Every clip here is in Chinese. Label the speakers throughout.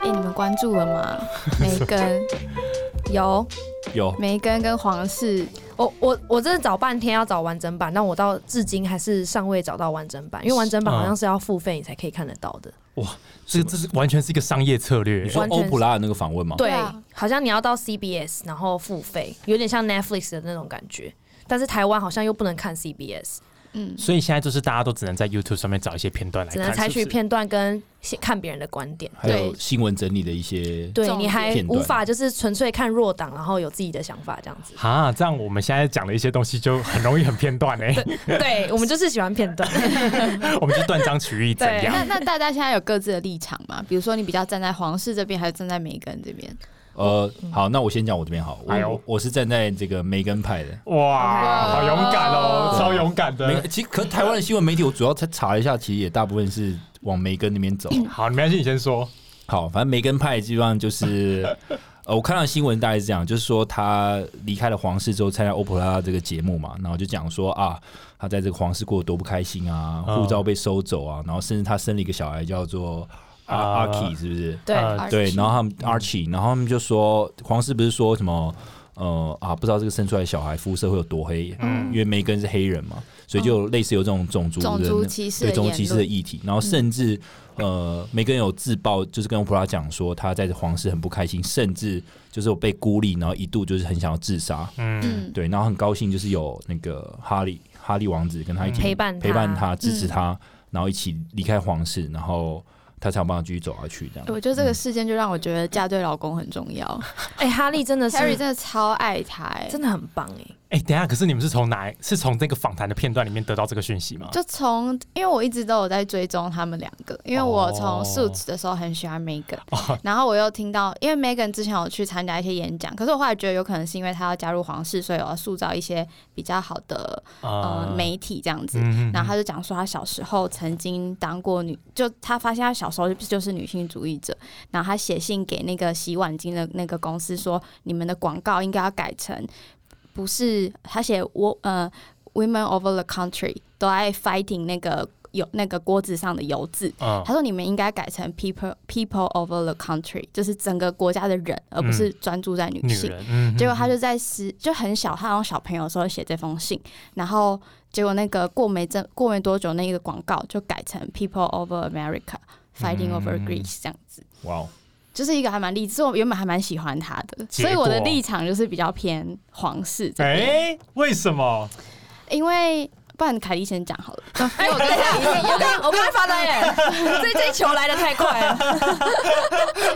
Speaker 1: 哎关注了吗？梅 根
Speaker 2: 有
Speaker 3: 有
Speaker 1: 梅根跟皇室，
Speaker 2: 我哦我我真的找半天要找完整版，但我到至今还是尚未找到完整版，因为完整版好像是要付费你才可以看得到的。
Speaker 4: 这这是完全是一个商业策略
Speaker 3: 你。说
Speaker 2: 完全
Speaker 3: 欧
Speaker 2: 是
Speaker 3: 普拉的那个访问吗？
Speaker 2: 对
Speaker 1: 啊，
Speaker 2: 好像你要到 CBS 然后付费，有点像 Netflix 的那种感觉。但是台湾好像又不能看 CBS，
Speaker 1: 嗯，
Speaker 4: 所以现在就是大家都只能在 YouTube 上面找一些片段来
Speaker 2: 只
Speaker 4: 看，
Speaker 2: 能采取
Speaker 4: 是不是。
Speaker 2: 片段跟先看别人的观点。
Speaker 3: 还有
Speaker 1: 对
Speaker 3: 新闻整理的一些，
Speaker 2: 对，
Speaker 1: 重
Speaker 2: 你
Speaker 1: 点
Speaker 2: 还
Speaker 3: 片段
Speaker 2: 无法就是纯粹看弱档，然后有自己的想法这样子
Speaker 4: 啊，这样我们现在讲的一些东西就很容易很片 段哎、
Speaker 2: 对， 我们就是喜欢片段。
Speaker 4: 我们就断章取义怎
Speaker 2: 对
Speaker 4: 样？
Speaker 1: 那那大家现在有各自的立场吗？比如说你比较站在皇室这边，还是站在梅根这边？
Speaker 3: 呃，好，那我先讲我这边好，
Speaker 4: 哎
Speaker 3: 我
Speaker 4: 呦
Speaker 3: 我我是站在这个梅根派的。
Speaker 4: 哇，好勇敢哦，
Speaker 1: 哇
Speaker 4: 超勇敢
Speaker 3: 梅
Speaker 4: 的。
Speaker 3: 其实可台湾的新闻媒体，我主要查查一下，其实也大部分是往梅根那边走。
Speaker 2: 嗯
Speaker 4: 好，没关系，你先说。
Speaker 3: 好，反正梅根派基本上就是， 呃，我看到新闻大概是这样，就是说他离开了皇室之后，参加欧普拉这个节目嘛，然后就讲说啊，他在这个皇室过得多不开心啊，
Speaker 4: 嗯
Speaker 3: 护照被收走啊，然后甚至他生了一个小孩叫做阿
Speaker 4: 啊
Speaker 3: 阿 k 是不是？
Speaker 2: 对，
Speaker 4: 呃
Speaker 3: 对，然后他们
Speaker 4: 嗯
Speaker 3: Archie，然后他们就说皇室不是说什么呃啊，不知道这个生出来的小孩肤色会有多黑，
Speaker 4: 嗯
Speaker 3: 因为梅根是黑人嘛，所以就类似有这种种族的
Speaker 1: 种族歧视的
Speaker 3: 对种族歧视的
Speaker 1: 言
Speaker 3: 议题，然后甚至、呃，梅根有自曝，就是跟普拉讲说他在皇室很不开心，甚至就是有被孤立，然后一度就是很想要自杀，
Speaker 4: 嗯，
Speaker 1: 嗯，
Speaker 3: 对，然后很高兴就是有那个哈利哈利王子跟他一起
Speaker 2: 陪伴他
Speaker 3: 陪伴他，支持他，然后一起离开皇室，然后他才有办法继续走下去这样。
Speaker 1: 我觉得这个事件就让我觉得嫁对老公很重要。
Speaker 2: 哎、哈利真的是
Speaker 1: Harry 真的超爱他、欸，
Speaker 2: 真的很棒哎、
Speaker 4: 哎、等一下，可是你们是从哪？是从这个访谈的片段里面得到这个讯息吗？
Speaker 1: 就从因为我一直都有在追踪他们两个，因为我从
Speaker 4: 哦
Speaker 1: Suits 的时候很喜欢 Megan，、然后我又听到，因为 Megan 之前有去参加一些演讲，可是我后来觉得有可能是因为她要加入皇室，所以我要塑造一些比较好的呃
Speaker 4: 啊
Speaker 1: 媒体这样子。
Speaker 4: 嗯
Speaker 1: 然后他就讲说，他小时候曾经当过女，就他发现他小时候就是女性主义者。然后他写信给那个洗碗巾的那个公司说，你们的广告应该要改成，不是他写我呃，women over the country 都爱 fighting 那个油那个锅子上的油渍。
Speaker 4: 嗯
Speaker 1: 他说：“你们应该改成 people people over the country，就是整个国家的人，而不是专注在女
Speaker 4: 女
Speaker 1: 性。
Speaker 4: 人，嗯
Speaker 1: 结果他就在十就很小，他好像小朋友的时候写这封信，然后结果那个过没这过没多久，那个广告就改成 People over America fighting over
Speaker 4: 嗯
Speaker 1: Greece 这样子，
Speaker 3: 哇哦，
Speaker 1: 就是一个还蛮励志。我原本还蛮喜欢他的，
Speaker 4: 结果
Speaker 1: 所以我的立场就是比较偏皇室这
Speaker 4: 哎、
Speaker 1: 边，
Speaker 4: 为什么？哦
Speaker 1: 因为不然凯莉先讲好了。
Speaker 2: 哎、我跟 他一样，我刚才发呆耶， 这这球来的太快了。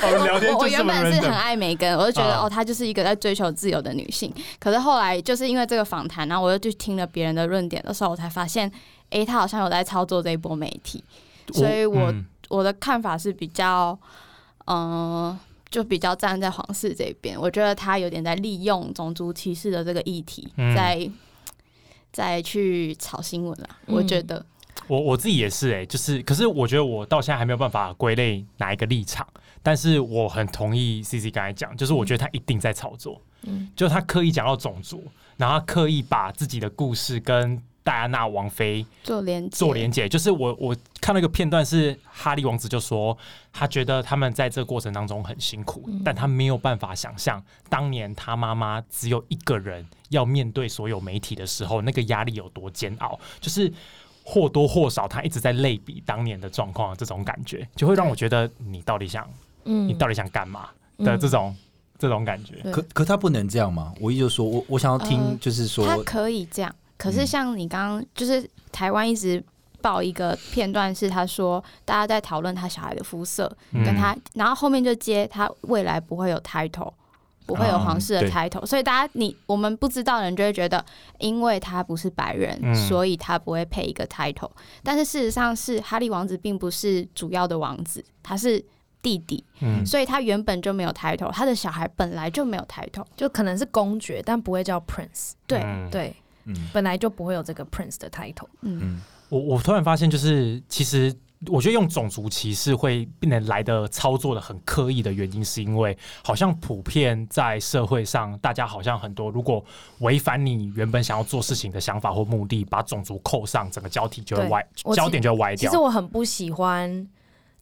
Speaker 4: 我们 聊天
Speaker 1: 我我
Speaker 4: 就这
Speaker 1: 原
Speaker 4: 么
Speaker 1: 本是
Speaker 4: random
Speaker 1: 很爱梅根，我就觉得、
Speaker 4: 啊
Speaker 1: 哦，她就是一个在追求自由的女性。可是后来就是因为这个访谈，然后我又去听了别人的论点的时候，我才发现，诶，她好像有在操作这一波媒体。所以我、
Speaker 4: 嗯
Speaker 1: 我的看法是比较，嗯、就比较站在皇室这边。我觉得她有点在利用种族歧视的这个议题，
Speaker 4: 嗯
Speaker 1: 在再去炒新闻啦。
Speaker 2: 嗯
Speaker 1: 我觉得，
Speaker 4: 我我自己也是哎、就是可是我觉得我到现在还没有办法归类哪一个立场，但是我很同意 C C 刚才讲，就是我觉得他一定在炒作，
Speaker 2: 嗯
Speaker 4: 就是他刻意讲到种族，然后他刻意把自己的故事跟戴安娜王妃
Speaker 1: 做连接
Speaker 4: 做连结，就是我我看到一个片段是哈利王子就说，他觉得他们在这个过程当中很辛苦，
Speaker 1: 嗯
Speaker 4: 但他没有办法想象当年他妈妈只有一个人要面对所有媒体的时候，那个压力有多煎熬，就是。或多或少，他一直在类比当年的状况，这种感觉就会让我觉得你到底想，
Speaker 2: 嗯
Speaker 4: 你到底想干嘛的这种、这种感觉。
Speaker 1: 嗯对
Speaker 3: 可可他不能这样嘛？我意思就是说我我想要
Speaker 1: 呃
Speaker 3: 听，就是说、
Speaker 1: 他可以这样，可是
Speaker 3: 嗯
Speaker 1: 像你刚刚就是台湾一直报一个片段，是他说大家在讨论他小孩的肤色，
Speaker 4: 嗯
Speaker 1: 跟他，然后后面就接他未来不会有 title。不
Speaker 4: 啊
Speaker 1: 会有皇室的
Speaker 3: 对
Speaker 1: title，、所以大家你我们不知道的人就会觉得，因为他不是白人，
Speaker 4: 嗯
Speaker 1: 所以他不会配一个 title。但是事实上是哈利王子并不是主要的王子，他是弟弟，
Speaker 4: 嗯
Speaker 1: 所以他原本就没有 title，他的小孩本来就没有 title。
Speaker 2: 就可能是公爵，但不会叫 prince。
Speaker 1: 对，
Speaker 4: 嗯
Speaker 2: 对，
Speaker 3: 嗯
Speaker 2: 本来就不会有这个 prince 的 title。
Speaker 1: 嗯，
Speaker 3: 嗯，
Speaker 4: 我我突然发现，就是其实我觉得用种族歧视会变得来的操作的很刻意的原因，是因为好像普遍在社会上，大家好像很多如果违反你原本想要做事情的想法或目的，把种族扣上，整个交体就会
Speaker 2: 对
Speaker 4: 歪，
Speaker 2: 我其
Speaker 4: 焦点就会歪
Speaker 2: 其
Speaker 4: 掉
Speaker 2: 实。我很不喜欢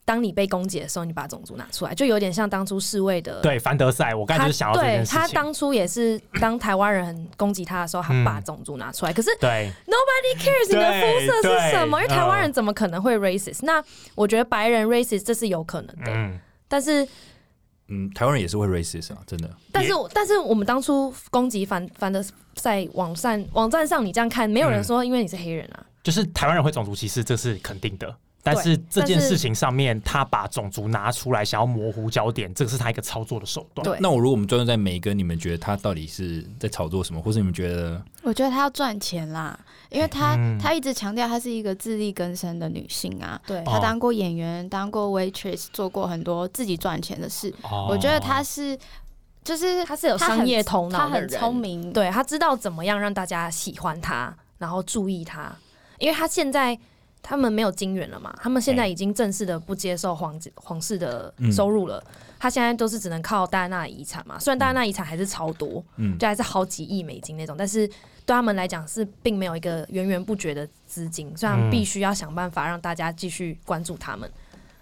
Speaker 2: 当你被攻击的时候，你把种族拿出来，就有点像当初侍卫的。
Speaker 4: 对凡德赛，我刚才就是想到这件
Speaker 2: 对
Speaker 4: 事
Speaker 2: 他
Speaker 4: 情。
Speaker 2: 当初也是当台湾人攻击他的时候，他
Speaker 4: 嗯
Speaker 2: 把种族拿出来。 可是
Speaker 4: 对
Speaker 2: nobody cares 你的肤色是什么，
Speaker 4: 对
Speaker 2: 因为
Speaker 4: 嗯
Speaker 2: 台湾人怎么可能会 racist？、那我觉得白人 racist 这是有可能的，
Speaker 4: 嗯，
Speaker 2: 但是
Speaker 3: 嗯，台湾人也是会 racist 啊，真的。
Speaker 2: 但是但是我们当初攻击凡凡的在网站网站上，你这样看，没有人说因为你是黑人啊，
Speaker 4: 就是台湾人会种族歧视，这是肯定的。但
Speaker 2: 对
Speaker 4: 是这件
Speaker 2: 但是
Speaker 4: 事情上面，他把种族拿出来，想要模糊焦点，这个是他一个操作的手段。
Speaker 2: 对
Speaker 3: 那我如果我们专注在每一个，你们觉得他到底是在炒作什么，或是你们觉得
Speaker 1: 我觉得她要赚钱啦，因为她
Speaker 4: 嗯
Speaker 1: 她、一直强调她是一个自力更生的女性啊。
Speaker 2: 对，
Speaker 4: 哦
Speaker 1: 她当过演员，当过 waitress，做过很多自己赚钱的事。
Speaker 4: 哦
Speaker 1: 我觉得她是，就是
Speaker 2: 他是有
Speaker 1: 她很
Speaker 2: 商业头
Speaker 1: 她
Speaker 2: 脑的
Speaker 1: 很
Speaker 2: 人，
Speaker 1: 聪，明，
Speaker 2: 对他知道怎么样让大家喜欢他，然后注意他，因为他现在。他们没有金元了嘛？他们现在
Speaker 4: 哎
Speaker 2: 已经正式的不接受皇皇室的
Speaker 3: 嗯
Speaker 2: 收入了，他现在都是只能靠戴安娜的遗产嘛。虽然戴安娜遗产还是超多，
Speaker 3: 嗯
Speaker 2: 就还是好几亿美金那种，但是对他们来讲是并没有一个源源不绝的资金，所以他们
Speaker 4: 嗯
Speaker 2: 必须要想办法让大家继续关注他们。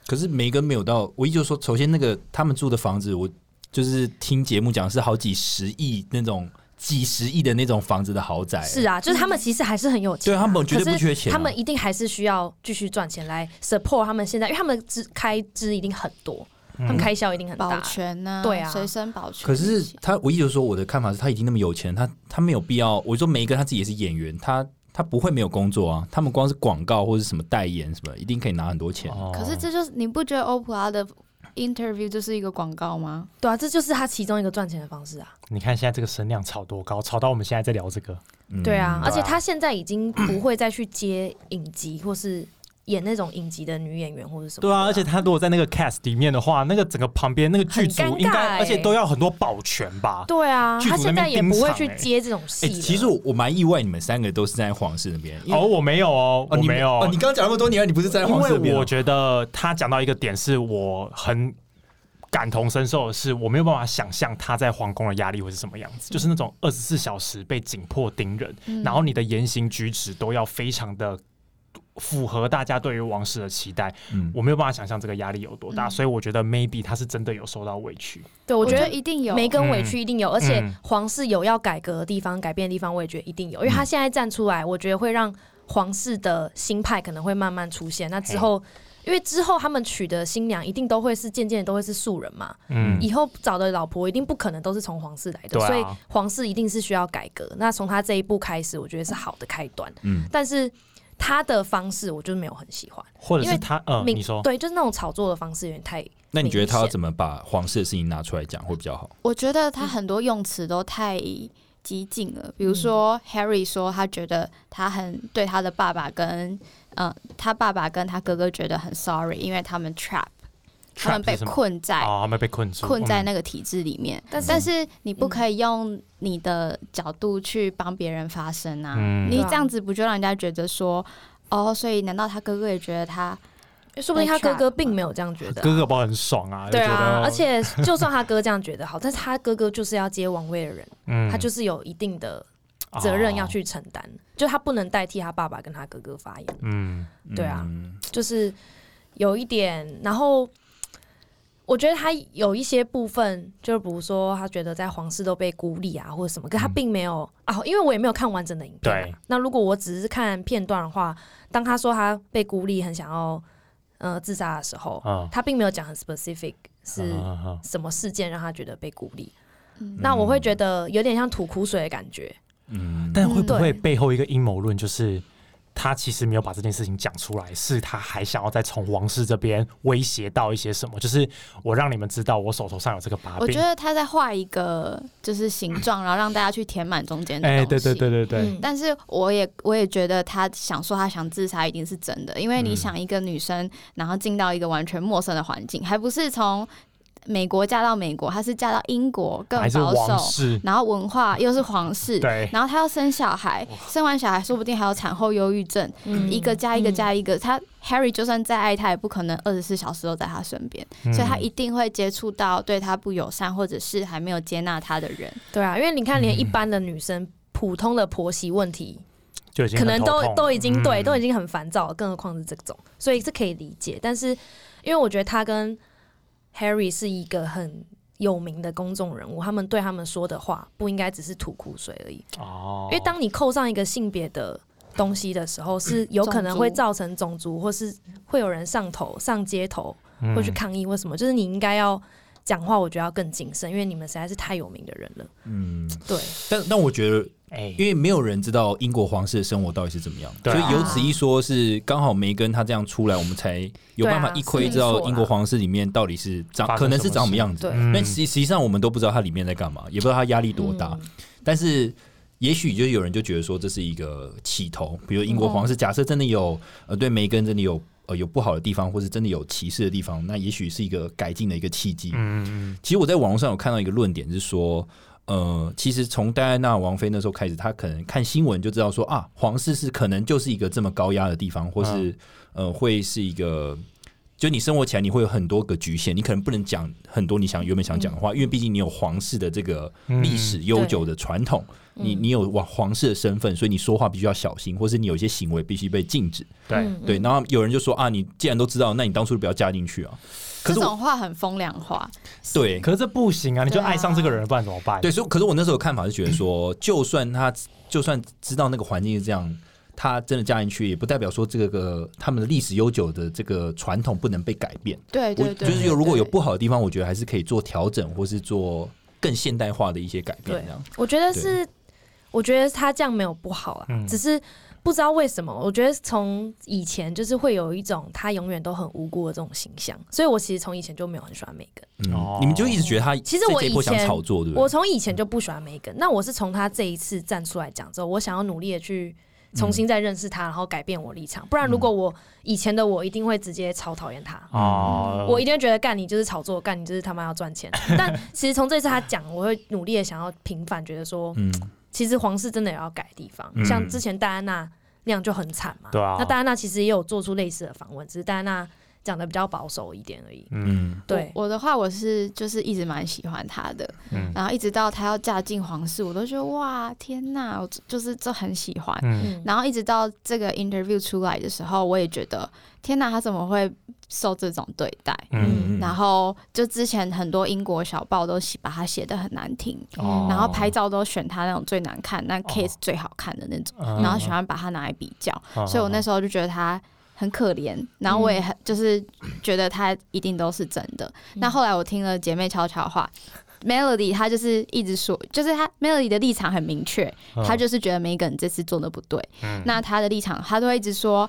Speaker 3: 可是每一个没有到，我依旧说，首先那个他们住的房子，我就是听节目讲是好几十亿那种几十亿的那种房子的豪宅，
Speaker 2: 是啊，就是他们其实还是很有钱、
Speaker 3: 哎对他
Speaker 2: 啊，
Speaker 3: 们绝对
Speaker 2: 可是
Speaker 3: 不缺钱啊
Speaker 2: 他们一定还是需要继续赚钱来 support 他们现在，因为他们支开支一定很多，
Speaker 4: 嗯
Speaker 2: 他们开销一定很
Speaker 1: 保
Speaker 2: 大。
Speaker 1: 全呐、
Speaker 2: 对啊
Speaker 1: 随身保全。
Speaker 3: 可是他，我一直说我的看法是他已经那么有钱，他他没有必要。我说每一个他自己也是演员，他他不会没有工作啊。他们光是广告或者是什么代言什么，一定可以拿很多钱。
Speaker 4: 哦
Speaker 1: 可是这就是你不觉得 OPRA 的 interview 就是一个广告吗？
Speaker 2: 对啊，这就是他其中一个赚钱的方式啊。
Speaker 4: 你看现在这个声量炒多高，炒到我们现在在聊这个，
Speaker 3: 嗯
Speaker 2: 对啊，而且
Speaker 4: 对啊
Speaker 2: 他现在已经不会再去接影集或是演那种影集的女演员或者什么的。
Speaker 4: 对啊，而且他如果在那个 cast 里面的话，那个整个旁边那个剧组
Speaker 2: 很尴尬
Speaker 4: 应该，
Speaker 2: 欸
Speaker 4: 而且都要很多保全吧？
Speaker 2: 对啊，
Speaker 4: 剧组
Speaker 2: 他现在也不会去
Speaker 4: 那边盯场欸
Speaker 2: 接这种戏
Speaker 3: 哎、
Speaker 2: 了、
Speaker 3: 其实我我蛮意外，你们三个都是在皇室那边。因为
Speaker 4: 哦，我没有哦，我
Speaker 3: 你
Speaker 4: 没有，
Speaker 3: 哦，你刚刚讲那么多年，你不是在
Speaker 4: 因
Speaker 3: 皇室那
Speaker 4: 为
Speaker 3: 边、
Speaker 4: 我觉得他讲到一个点，是我很感同身受的是，我没有办法想象他在皇宫的压力会是什么样子，就是那种二十四小时被紧迫盯人，然后你的言行举止都要非常的。符合大家对于王室的期待，
Speaker 3: 嗯
Speaker 4: 我没有办法想象这个压力有多大，所以我觉得 maybe 他是真的有受到委屈。
Speaker 2: 对我
Speaker 1: 我
Speaker 2: 觉得
Speaker 1: 一定有
Speaker 2: 梅根委屈一定有，而且
Speaker 4: 嗯
Speaker 2: 皇室有要改革的地方、改变的地方，我也觉得一定有，因为
Speaker 4: 嗯
Speaker 2: 他现在站出来，我觉得会让皇室的新派可能会慢慢出现。那之后，因为之后他们娶的新娘一定都会是渐渐地都会是素人嘛，
Speaker 4: 嗯，
Speaker 2: 以后找的老婆一定不可能都是从皇室来的，
Speaker 4: 对啊
Speaker 2: 所以皇室一定是需要改革。那从他这一步开始，我觉得是好的开端。
Speaker 3: 嗯
Speaker 2: 但是他的方式，我就是没有很喜欢。
Speaker 4: 或者
Speaker 2: 因
Speaker 4: 是
Speaker 2: 为
Speaker 4: 他呃，
Speaker 2: 明
Speaker 4: 你说
Speaker 2: 对，就是那种炒作的方式有点太
Speaker 3: 那你觉得他要怎么把皇室的事情拿出来讲会比较好？
Speaker 1: 我觉得他
Speaker 4: 嗯
Speaker 1: 很多用词都太激进了，比如
Speaker 4: 嗯
Speaker 1: 说 Harry 说他觉得他很对他的爸爸跟呃他爸爸跟他哥哥觉得很 sorry，因为他们 trap，他们
Speaker 4: trap
Speaker 1: 被
Speaker 4: 是什么
Speaker 1: 困在
Speaker 4: 哦，他嗯们被困住，
Speaker 1: 困在
Speaker 4: 嗯
Speaker 1: 那个体制里面，
Speaker 2: 但
Speaker 1: 但
Speaker 2: 是
Speaker 1: 是你不可以用你的角度去帮别人发声啊！
Speaker 4: 嗯
Speaker 1: 你
Speaker 2: 对啊
Speaker 1: 这样子不就让人家觉得说，哦，所以难道他哥哥也觉得他
Speaker 4: 啊
Speaker 2: 说不定他哥哥
Speaker 1: trap
Speaker 2: 并没有这样觉得啊、
Speaker 4: 哥哥包很爽啊，
Speaker 2: 对
Speaker 4: 就觉
Speaker 2: 啊
Speaker 4: 得，
Speaker 2: 而且就算他哥这样觉得好，但是 他哥哥就是要接王位的人，
Speaker 4: 嗯
Speaker 2: 他就是有一定的责任要，去承担，就他不能代替他爸爸跟他哥哥发言，
Speaker 4: 哦嗯，
Speaker 2: 对啊
Speaker 3: 嗯
Speaker 2: 就是有一点。然后我觉得他有一些部分，就比如说他觉得在皇室都被孤立啊，或者什么，可他并没有、啊，因为我也没有看完整的影片、
Speaker 4: 嗯对
Speaker 2: 啊。那如果我只是看片段的话，当他说他被孤立，很想要呃自杀的时候，
Speaker 4: 啊，
Speaker 2: 他并没有讲很 specific 是。
Speaker 4: 嗯嗯嗯
Speaker 2: 什么事件让他觉得被孤立。
Speaker 1: 嗯
Speaker 2: 那我会觉得有点像吐苦水的感觉，
Speaker 3: 嗯，
Speaker 4: 但会
Speaker 1: 嗯
Speaker 4: 不会
Speaker 2: 对
Speaker 4: 背后一个阴谋论就是？他其实没有把这件事情讲出来，是他还想要再从王室这边威胁到一些什么，就是我让你们知道我手头上有这个把
Speaker 1: 我觉
Speaker 4: 柄。
Speaker 1: 得他在画一个就是形状，然后让大家去填满中间的
Speaker 4: 哎、
Speaker 1: 东西。
Speaker 4: 对对。对对对，
Speaker 2: 嗯
Speaker 1: 但是我也我也觉得他想说他想自杀一定是真的，因为你
Speaker 3: 嗯
Speaker 1: 想一个女生，然后进到一个完全陌生的环境，还不是从美国嫁到美国，她是嫁到英国更
Speaker 4: 还是
Speaker 1: 嗯保
Speaker 4: 王
Speaker 1: 守，
Speaker 4: 室，
Speaker 1: 然后文化又是皇室，
Speaker 4: 对，
Speaker 1: 然后她要生小孩，生完小孩说不定还有产后忧郁症，
Speaker 2: 嗯
Speaker 1: 一个加一个加一个。他 Harry 就算再爱他，也不可能二十四小时都在他身边，
Speaker 3: 嗯
Speaker 1: 所以他一定会接触到对他不友善或者是还没有接纳他的人。
Speaker 2: 对啊，因为你看，连一般的女生、普通的婆媳问题，
Speaker 4: 就已经
Speaker 2: 可
Speaker 4: 很
Speaker 2: 能
Speaker 4: 头
Speaker 2: 都
Speaker 4: 痛
Speaker 2: 都已经对，
Speaker 4: 嗯
Speaker 2: 都已经很烦躁了，更何况是这种，所以是可以理解。但是因为我觉得他跟 Harry 是一个很有名的公众人物，他们对他们说的话不应该只是吐苦水而已，
Speaker 4: 哦，
Speaker 2: 因为当你扣上一个性别的。东西的时候是有可能会造成种族，或是会有人上头上街头，会去
Speaker 4: 嗯
Speaker 2: 抗议。为什么？就是你应该要讲话，我觉得要更谨慎，因为你们实在是太有名的人了。
Speaker 3: 嗯，
Speaker 2: 对，
Speaker 3: 但但我觉得，
Speaker 4: 哎
Speaker 3: 因为没有人知道英国皇室的生活到底是怎么样，
Speaker 4: 对啊
Speaker 3: 所以有此一说是刚好梅根她这样出来，我们才有办法
Speaker 2: 对啊
Speaker 3: 一窥
Speaker 2: 是
Speaker 3: 知道英国皇室里面到底是长
Speaker 4: 发生
Speaker 3: 可能
Speaker 4: 什
Speaker 3: 是
Speaker 4: 么
Speaker 3: 长什么
Speaker 4: 事
Speaker 3: 样子。
Speaker 2: 对
Speaker 4: 嗯
Speaker 3: 那实实际上我们都不知道它里面在干嘛，也不知道它压力多大。
Speaker 2: 嗯
Speaker 3: 但是也许就有人就觉得说这是一个起头，比如英国皇室，假设真的有呃对梅根真的有呃有不好的地方，或是真的有歧视的地方，那也许是一个改进的一个契机。
Speaker 4: 嗯嗯
Speaker 3: 其实我在网络上有看到一个论点是说。呃，其实从戴安娜王妃那时候开始，她可能看新闻就知道说啊，皇室是可能就是一个这么高压的地方，或是、
Speaker 4: 嗯
Speaker 3: 呃，会是一个，就你生活起来你会有很多个局限，你可能不能讲很多你想原本想讲的话，因为毕竟你有皇室的这个
Speaker 4: 嗯
Speaker 3: 历史悠久的传统，你你有皇皇室的身份，所以你说话必须要小心，或是你有一些行为必须被禁止。
Speaker 4: 对，
Speaker 2: 嗯
Speaker 3: 对，然后有人就说啊，你既然都知道，那你当初就不要加进去啊。可
Speaker 1: 这
Speaker 3: 是我
Speaker 1: 种话很风凉话，
Speaker 3: 对
Speaker 4: 可是这不行啊，你就
Speaker 1: 对啊
Speaker 4: 爱上这个人了，不然怎么办？
Speaker 3: 对，所以可是我那时候的看法是觉得说，就算他就算知道那个环境是这样，他真的加进去，也不代表说这个呃他们的历史悠久的这个传统不能被改变。
Speaker 1: 对
Speaker 3: 我
Speaker 1: 对对，
Speaker 3: 就是有如果有
Speaker 1: 对
Speaker 3: 不好的地方，我觉得还是可以做调整，或是做更现代化的一些改变
Speaker 2: 对
Speaker 3: 这样。
Speaker 2: 我觉得
Speaker 3: 对
Speaker 2: 是，我觉得他这样没有不好啊，
Speaker 4: 嗯
Speaker 2: 只是不知道为什么，我觉得从以前就是会有一种他永远都很无辜的这种形象，所以我其实从以前就没有很喜欢梅根，
Speaker 3: 嗯，
Speaker 4: 哦
Speaker 3: 你们就一直觉得他
Speaker 2: 其实
Speaker 3: 在
Speaker 2: 我
Speaker 3: 这一波
Speaker 2: 以
Speaker 3: 想
Speaker 2: 前
Speaker 3: 炒作，对不
Speaker 2: 我
Speaker 3: 对？
Speaker 2: 从以前就不喜欢梅根，那我是从他这一次站出来讲之后，我想要努力的去。重新再认识他，然后改变我立场。不然，如果我以前的我一定会直接超讨厌他。
Speaker 4: 哦，
Speaker 2: 我一定会觉得干你就是炒作，干你就是他妈要赚钱。但其实从这次他讲，我会努力的想要平反，觉得说，
Speaker 3: 嗯，
Speaker 2: 其实皇室真的也要改的地方，
Speaker 3: 嗯
Speaker 2: 像之前戴安娜那样就很惨嘛。
Speaker 4: 对啊
Speaker 2: 那戴安娜其实也有做出类似的访问，只是戴安娜讲的比较保守一点而已。
Speaker 4: 嗯
Speaker 3: 嗯，
Speaker 2: 对，
Speaker 1: 我我的话，我是就是一直蛮喜欢他的，
Speaker 4: 嗯
Speaker 1: 然后一直到他要嫁进皇室，我都觉得哇天哪，我就就是这很喜欢。
Speaker 4: 嗯
Speaker 2: 嗯，
Speaker 1: 然后一直到这个 interview 出来的时候，我也觉得天哪，他怎么会受这种对待？
Speaker 4: 嗯，
Speaker 1: 然后就之前很多英国小报都写把他写的很难听，
Speaker 4: 哦
Speaker 1: 然后拍照都选他那种最难看，那 case 最好看的那种，
Speaker 4: 嗯
Speaker 1: 然后喜欢把它拿来比较，
Speaker 4: 嗯
Speaker 1: 所以我那时候就觉得他。很可怜，然后我也很、就是觉得他一定都是真的。
Speaker 4: 嗯
Speaker 1: 那后来我听了姐妹悄悄话，Melody 她就是一直说，就是她 Melody 的立场很明确，
Speaker 4: 嗯
Speaker 1: 她就是觉得 Megan 这次做的不对。
Speaker 4: 嗯
Speaker 1: 那她的立场，她都会一直说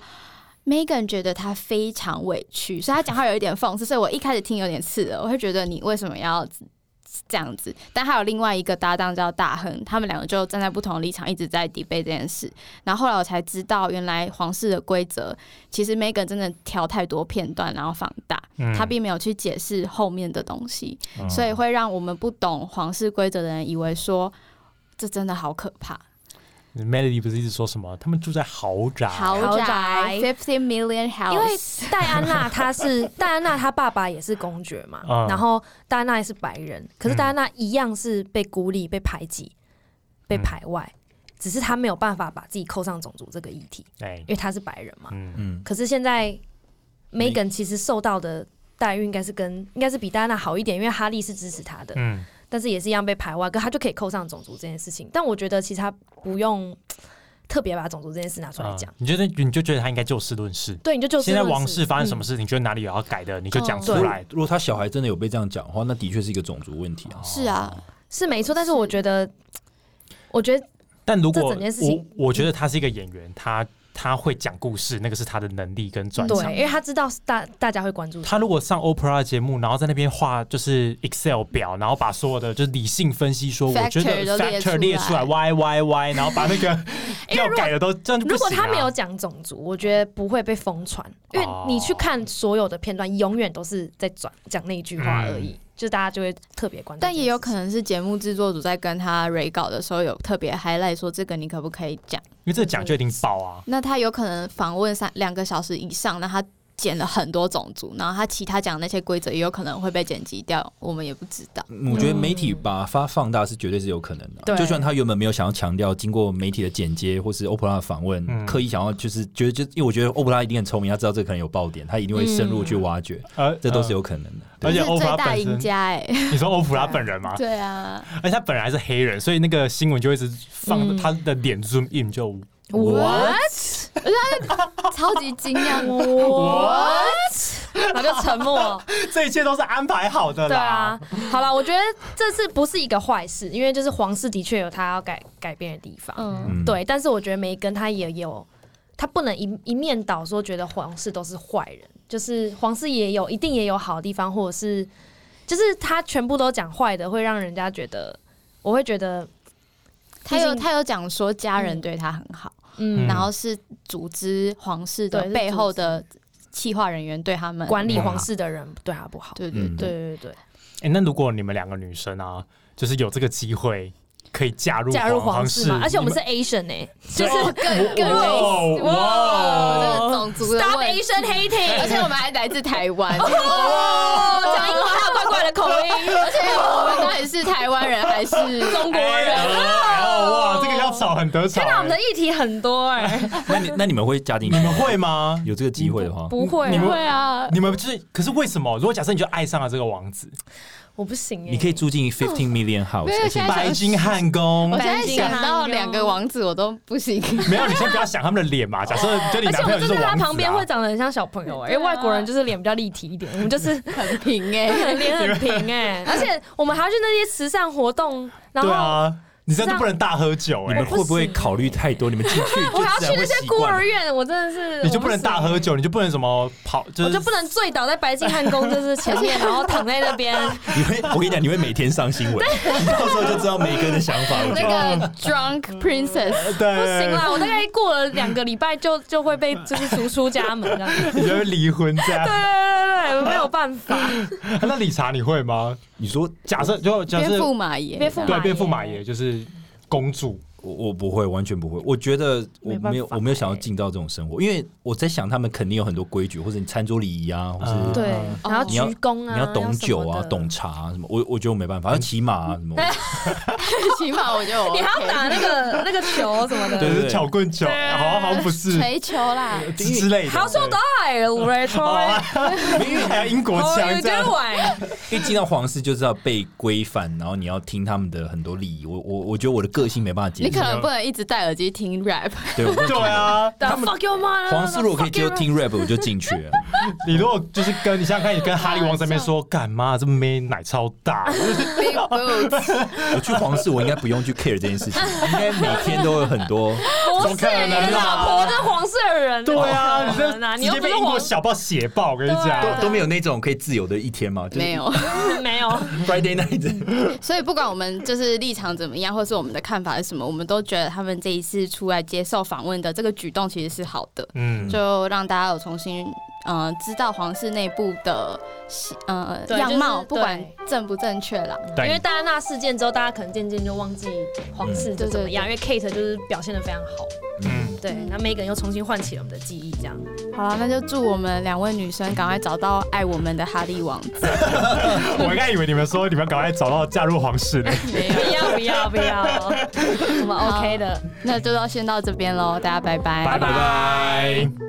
Speaker 1: Megan 觉得她非常委屈，所以她讲话有一点讽刺，所以我一开始听有点刺耳，我会觉得你为什么要这样子？但还有另外一个搭档叫大亨，他们两个就站在不同的立场一直在 debate 这件事。然后后来我才知道，原来皇室的规则其实 Megan 真的挑太多片段，然后放大，
Speaker 4: 嗯
Speaker 1: 她并没有去解释后面的东西。
Speaker 2: 哦
Speaker 4: 嗯
Speaker 1: 所以会让我们不懂皇室规则的人以为说这真的好可怕，
Speaker 4: 嗯 Melody 不是一直说什么他们住在豪
Speaker 2: 啊
Speaker 4: 宅，
Speaker 1: 豪宅 fifty million
Speaker 2: 因为
Speaker 1: house，
Speaker 2: 戴安娜她是戴安娜，她爸爸也是公爵嘛，
Speaker 4: 嗯
Speaker 2: 然后戴安娜也是白人，可是戴安娜一样是被孤立、被排挤、被排外，
Speaker 4: 嗯
Speaker 2: 只是她没有办法把自己扣上种族这个议题，
Speaker 4: 哎
Speaker 2: 因，为她是白人嘛。
Speaker 4: 嗯
Speaker 3: 嗯
Speaker 2: 可是现在
Speaker 3: Meg-
Speaker 2: Megan 其实受到的待遇应该是跟应该是比戴安娜好一点，因为哈利是支持她的，
Speaker 4: 嗯
Speaker 2: 但是也是一样被排外，可她就可以扣上种族这件事情。但我觉得其实她不用特别把种族这件事拿出来讲，
Speaker 4: 嗯你觉得你就觉得他应该就事论事。
Speaker 2: 对，你就就事
Speaker 4: 现在
Speaker 2: 论
Speaker 4: 王室发生什
Speaker 2: 嗯
Speaker 4: 么事，你觉得哪里有要改的，你就讲
Speaker 1: 嗯
Speaker 4: 出
Speaker 3: 如果
Speaker 4: 来。
Speaker 3: 如果他小孩真的有被这样讲的话，那的确是一个种族问题
Speaker 4: 哦
Speaker 3: 啊。
Speaker 1: 是啊，
Speaker 2: 是没
Speaker 4: 呃
Speaker 2: 错，但是我觉得，我觉得
Speaker 4: 但如
Speaker 2: 这
Speaker 4: 果
Speaker 2: 整件事
Speaker 4: 我
Speaker 2: 情
Speaker 4: 我觉得他是一个演员，他他会讲故事，那个是他的能力跟专长
Speaker 2: 对，。因为他知道大大家会关注他，
Speaker 4: 他如果上 Oprah 节目，然后在那边画就是 Excel 表，然后把所有的就是理性分析说，我觉
Speaker 1: Factor
Speaker 4: 得
Speaker 1: 都列出
Speaker 4: factor
Speaker 1: 来
Speaker 4: 列出来，y y y，然后把那个
Speaker 2: 因为
Speaker 4: 要
Speaker 2: 如果
Speaker 4: 改的都这样就不
Speaker 2: 如果
Speaker 4: 行啊
Speaker 2: 他没有讲种族，我觉得不会被疯传，因为
Speaker 4: 哦
Speaker 2: 你去看所有的片段，永远都是在转讲那一句话而
Speaker 4: 嗯
Speaker 2: 已，就大家就会特别关注这件事情。
Speaker 1: 但也有可能是节目制作组在跟他 re 稿的时候有特别 highlight 说这个你可不可以讲？
Speaker 4: 因为这个讲就一定爆啊，
Speaker 1: 那他有可能访问三两个小时以上，那他剪了很多种族，然后他其他讲的那些规则也有可能会被剪辑掉，我们也不知道。
Speaker 3: 我觉得媒体把它放大是绝对是有可能的啊、
Speaker 2: 对
Speaker 3: 就算他原本没有想要强调，经过媒体的剪接或是欧普拉的访问，
Speaker 4: 嗯
Speaker 3: 刻意想要就是觉得就因为我觉得欧普拉一定很聪明，他知道这可能有爆点，他一定会深入去挖掘，
Speaker 4: 呃，
Speaker 3: 这都是
Speaker 4: 有。
Speaker 3: 有可能的。
Speaker 4: 而且
Speaker 1: 这是
Speaker 4: 欧普
Speaker 1: 最
Speaker 4: 拉
Speaker 1: 大
Speaker 4: 本
Speaker 1: 赢
Speaker 4: 身，
Speaker 1: 家哎、
Speaker 4: 你说欧普拉 本人吗？
Speaker 1: 对啊，
Speaker 4: 而且他本来还是黑人，所以那个新闻就一直放
Speaker 2: 嗯
Speaker 4: 他的脸 zoom in 就
Speaker 1: 呃
Speaker 2: What？
Speaker 1: 超级惊 讶
Speaker 2: 然后就沉默。
Speaker 4: 这一切都是安排好的啦。
Speaker 2: 对啊，好了，我觉得这次不是一个坏事，因为就是皇室的确有他要改改变的地方。
Speaker 1: 嗯，
Speaker 3: 嗯，
Speaker 2: 对，但是我觉得梅根他也有，他不能一一面倒说觉得皇室都是坏人，就是皇室也有一定也有好的地方，或者是就是他全部都讲坏的，会让人家觉得，我会觉得，
Speaker 1: 他
Speaker 2: 毕
Speaker 1: 有
Speaker 2: 竟
Speaker 1: 他有讲说家人对他很好，
Speaker 2: 嗯，
Speaker 1: 然后是组织皇室的
Speaker 2: 对是
Speaker 1: 背后的企划人员对他们
Speaker 2: 管理
Speaker 1: 很好
Speaker 2: 皇，室的人对他不好。
Speaker 1: 对对
Speaker 3: 嗯
Speaker 1: 对，
Speaker 2: 对对对，
Speaker 4: 哎、那如果你们两个女生啊，就是有这个机会可以嫁入
Speaker 2: 嫁入
Speaker 4: 皇
Speaker 2: 皇室嘛，而且我们是
Speaker 4: 你
Speaker 2: Asian 哎、就是
Speaker 4: 对
Speaker 1: 更更
Speaker 4: 哇哦
Speaker 1: 哇哦，这个种族的
Speaker 2: Stop
Speaker 1: 问题
Speaker 2: Asian hating，
Speaker 1: 而且我们还来自台湾，
Speaker 2: 哦，讲英文还有怪怪的口音，
Speaker 1: 而且我们到底是台湾人还是中
Speaker 4: 哎哎哦哇，这个要吵很得吵、
Speaker 2: 天哪，我们的
Speaker 4: 欸。
Speaker 2: 议题很多哎、
Speaker 3: 那你那你们会家庭
Speaker 4: 你们会吗？
Speaker 3: 有这个机会的话，
Speaker 2: 不会、啊，
Speaker 4: 你们
Speaker 1: 对啊，
Speaker 4: 你们就是，可是为什么？如果假设你就爱上了这个王子，
Speaker 2: 我不行哎、
Speaker 3: 你可以住进 fifteen million house，
Speaker 1: 没有
Speaker 3: 而且
Speaker 1: 现在
Speaker 4: 白金汉宫
Speaker 1: 我
Speaker 2: 白
Speaker 1: 现在
Speaker 2: 金
Speaker 1: 想
Speaker 2: 汉
Speaker 1: 到
Speaker 2: 哟
Speaker 1: 两个王子我都不行，
Speaker 4: 没有，你先不要想他们的脸嘛。假设就你
Speaker 2: 而
Speaker 4: 男
Speaker 2: 且
Speaker 4: 朋
Speaker 2: 我
Speaker 4: 友
Speaker 2: 真
Speaker 4: 就是
Speaker 2: 的他
Speaker 4: 王子、啊，
Speaker 2: 旁边会长得很像小朋友、欸，因为
Speaker 1: 对啊
Speaker 2: 外国人就是脸比较立体一点，我们 就是
Speaker 1: 很平哎、
Speaker 2: 脸很平哎、 而且我们还要去那些慈善活动，然后
Speaker 4: 对啊，你这样都不能大喝酒
Speaker 3: 你
Speaker 4: 哎、
Speaker 3: 们会不会考虑太多？你们进去就
Speaker 2: 我还要
Speaker 3: 自然
Speaker 2: 去那
Speaker 3: 会
Speaker 2: 些
Speaker 3: 习
Speaker 2: 孤
Speaker 3: 惯
Speaker 2: 儿
Speaker 3: 了。
Speaker 2: 院，我真的是
Speaker 4: 你就不能大喝。酒，你就不能什么跑，就
Speaker 2: 我不行
Speaker 4: 是
Speaker 2: 我就不能醉倒在白金汉宫，就是前 面，然后躺在那边。
Speaker 3: 你会，我跟你讲，你会每天上新闻，你到时候就知道梅根的想法。我觉
Speaker 1: 那
Speaker 3: 得
Speaker 4: 嗯
Speaker 1: 个 drunk princess，
Speaker 4: 对，
Speaker 2: 不行 啦，我大概过了两个礼拜就就会被就是逐出家门 这样子。
Speaker 4: 你就会离婚这样
Speaker 2: 对。对对对，没有办法。
Speaker 4: 那理查你会吗？
Speaker 3: 你说
Speaker 4: 假设就假
Speaker 1: 边
Speaker 4: 设
Speaker 1: 驸马爷，
Speaker 2: 边驸马
Speaker 4: 对
Speaker 2: 爷
Speaker 4: 变驸马爷就是公主，
Speaker 3: 我我不会，完全不会。我觉得我
Speaker 2: 没办法
Speaker 3: 没有，我没有想要
Speaker 2: 欸
Speaker 3: 进到这种生活，因为我在想他们肯定有很多规矩，或者你餐桌礼仪啊，或是、
Speaker 4: 嗯
Speaker 2: 对，然后
Speaker 1: 你
Speaker 2: 鞠
Speaker 3: 要
Speaker 2: 躬啊，
Speaker 3: 你要懂酒
Speaker 2: 要
Speaker 3: 啊
Speaker 2: 什么，的
Speaker 3: 懂茶、啊、什么。我我觉得我没办法，要骑马、啊、什么。
Speaker 1: 起码我就有 OK、
Speaker 2: 你还要打那 个那个球什么的。
Speaker 3: 对
Speaker 4: 就是巧棍球，
Speaker 2: 对
Speaker 4: 好像好像不是
Speaker 1: 锤球啦，
Speaker 4: 之之类的。
Speaker 2: 好说
Speaker 4: 对
Speaker 2: 的，来 出
Speaker 4: 哦
Speaker 2: 来
Speaker 4: 啊。因为还有英国
Speaker 2: 哦
Speaker 4: 腔这样。
Speaker 2: 玩，
Speaker 3: 因为进到皇室就知道被规范，然后你要听他们的很多礼仪。我我我觉得我的个性没办法
Speaker 1: 你
Speaker 3: 接
Speaker 1: 可
Speaker 3: 受。
Speaker 1: 能不能一直戴耳机听 rap，
Speaker 3: 对，我
Speaker 4: 对啊，
Speaker 2: 他们 fuck your mother，
Speaker 3: 皇室如果可以接受听 rap，我就进去了。
Speaker 4: 你如果就是跟你想想看，你跟哈利王子那边说，干妈这妹奶超大，
Speaker 1: Big Boots，
Speaker 3: 我去皇室，我应该不用去 care 这件事情，应该每天都有很多。
Speaker 2: 不
Speaker 4: 怎么
Speaker 2: 是
Speaker 4: 可能啊
Speaker 2: 你的老婆是黄色人，
Speaker 4: 对啊，
Speaker 2: 不
Speaker 4: 你
Speaker 2: 可能啊
Speaker 4: 这
Speaker 2: 你
Speaker 4: 直
Speaker 2: 又
Speaker 4: 接
Speaker 2: 不
Speaker 4: 被
Speaker 2: 是
Speaker 4: 英国
Speaker 2: 黄
Speaker 4: 小报写爆，我跟你
Speaker 2: 对
Speaker 4: 讲
Speaker 2: 啊。
Speaker 3: 都都没有那种可以自由的一天嘛，就是
Speaker 1: 没有。
Speaker 2: 嗯没有，
Speaker 3: Friday night，
Speaker 1: 所以不管我们就是立场怎么样，或是我们的看法是什么，我们都觉得他们这一次出来接受访问的这个举动其实是好的，
Speaker 4: 嗯，
Speaker 1: 就让大家有重新嗯、呃知道皇室内部的呃
Speaker 2: 对
Speaker 1: 样貌，
Speaker 2: 就是
Speaker 1: 不管正不正确啦。
Speaker 4: 对
Speaker 2: 因为戴安娜事件之后，大家可能渐渐就忘记皇室是怎么样，因为 Kate 就是表现的非常好，
Speaker 4: 嗯，
Speaker 2: 对，那 Megan 又重新唤起了我们的记忆，这 样。
Speaker 1: 好了，那就祝我们两位女生赶快找到爱我们的哈利王子。
Speaker 4: 我刚才以为你们说你们赶快找到嫁入皇室 呢。
Speaker 1: 没有
Speaker 2: 不，要不要不 要，我们 OK 的。
Speaker 1: 那就到先到这边喽，大家拜拜，
Speaker 4: 拜拜。